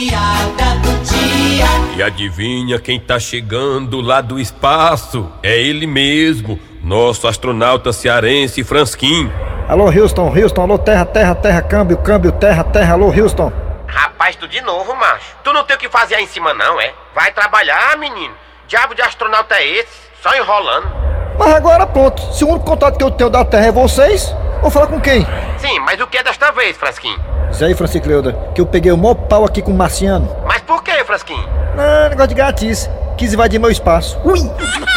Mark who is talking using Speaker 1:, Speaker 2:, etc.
Speaker 1: piada do dia.
Speaker 2: E adivinha quem tá chegando lá do espaço? É ele mesmo, nosso astronauta cearense Fransquim.
Speaker 3: Alô, Houston, Houston, alô, terra, terra, terra, câmbio, câmbio, terra, terra, alô, Houston.
Speaker 4: Rapaz, tu de novo, macho. Tu não tem o que fazer aí em cima, não, é? Vai trabalhar, menino. Diabo de astronauta é esse? Só enrolando.
Speaker 3: Mas agora pronto, se o único contato que eu tenho da terra é vocês, vou falar com quem?
Speaker 4: Sim, mas o que é desta vez, Frasquinho?
Speaker 3: Diz aí, Francisco Leuda, que eu peguei o maior pau aqui com o Marciano.
Speaker 4: Mas por que, Frasquinho?
Speaker 3: Não, negócio de gatice, quis invadir meu espaço. Ui!